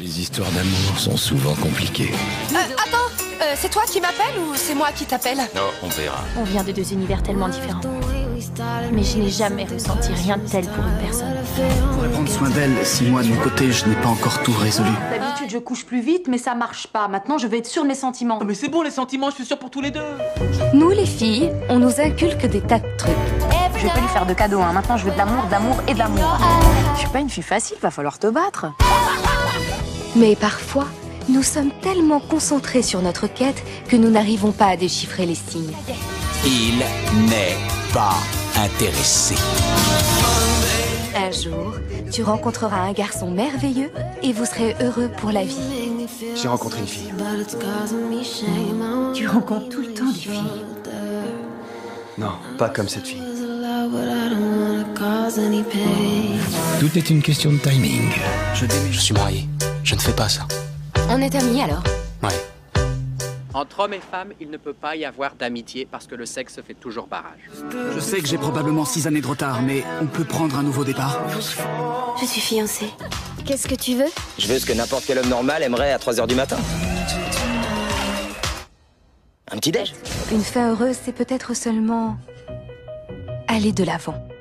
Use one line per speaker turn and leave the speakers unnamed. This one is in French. Les histoires d'amour sont souvent compliquées.
Euh, attends, euh, c'est toi qui m'appelles ou c'est moi qui t'appelle
Non, on verra.
On vient de deux univers tellement différents. Mais je n'ai jamais ressenti rien de tel pour une personne.
Pour prendre soin d'elle, si moi de mon côté je n'ai pas encore tout résolu.
D'habitude, je couche plus vite, mais ça marche pas. Maintenant, je vais être sûre de mes sentiments.
Mais c'est bon les sentiments, je suis sûre pour tous les deux.
Nous, les filles, on nous inculque des tas de trucs.
Je vais pas lui faire de cadeaux. Hein. Maintenant, je veux de l'amour, de l'amour et de l'amour. Je suis pas une fille facile, va falloir te battre.
Mais parfois, nous sommes tellement concentrés sur notre quête que nous n'arrivons pas à déchiffrer les signes.
Il n'est pas intéressé.
Un jour, tu rencontreras un garçon merveilleux et vous serez heureux pour la vie.
J'ai rencontré une fille.
Tu rencontres tout le temps des filles.
Non, pas comme cette fille.
Tout est une question de timing.
Je, je suis marié. Je ne fais pas ça.
On est amis alors
Ouais.
Entre hommes et femmes, il ne peut pas y avoir d'amitié parce que le sexe fait toujours barrage.
Je sais que j'ai probablement six années de retard, mais on peut prendre un nouveau départ.
Je suis fiancée. Qu'est-ce que tu veux
Je veux ce que n'importe quel homme normal aimerait à 3h du matin. Un petit déj
Une fin heureuse, c'est peut-être seulement aller de l'avant.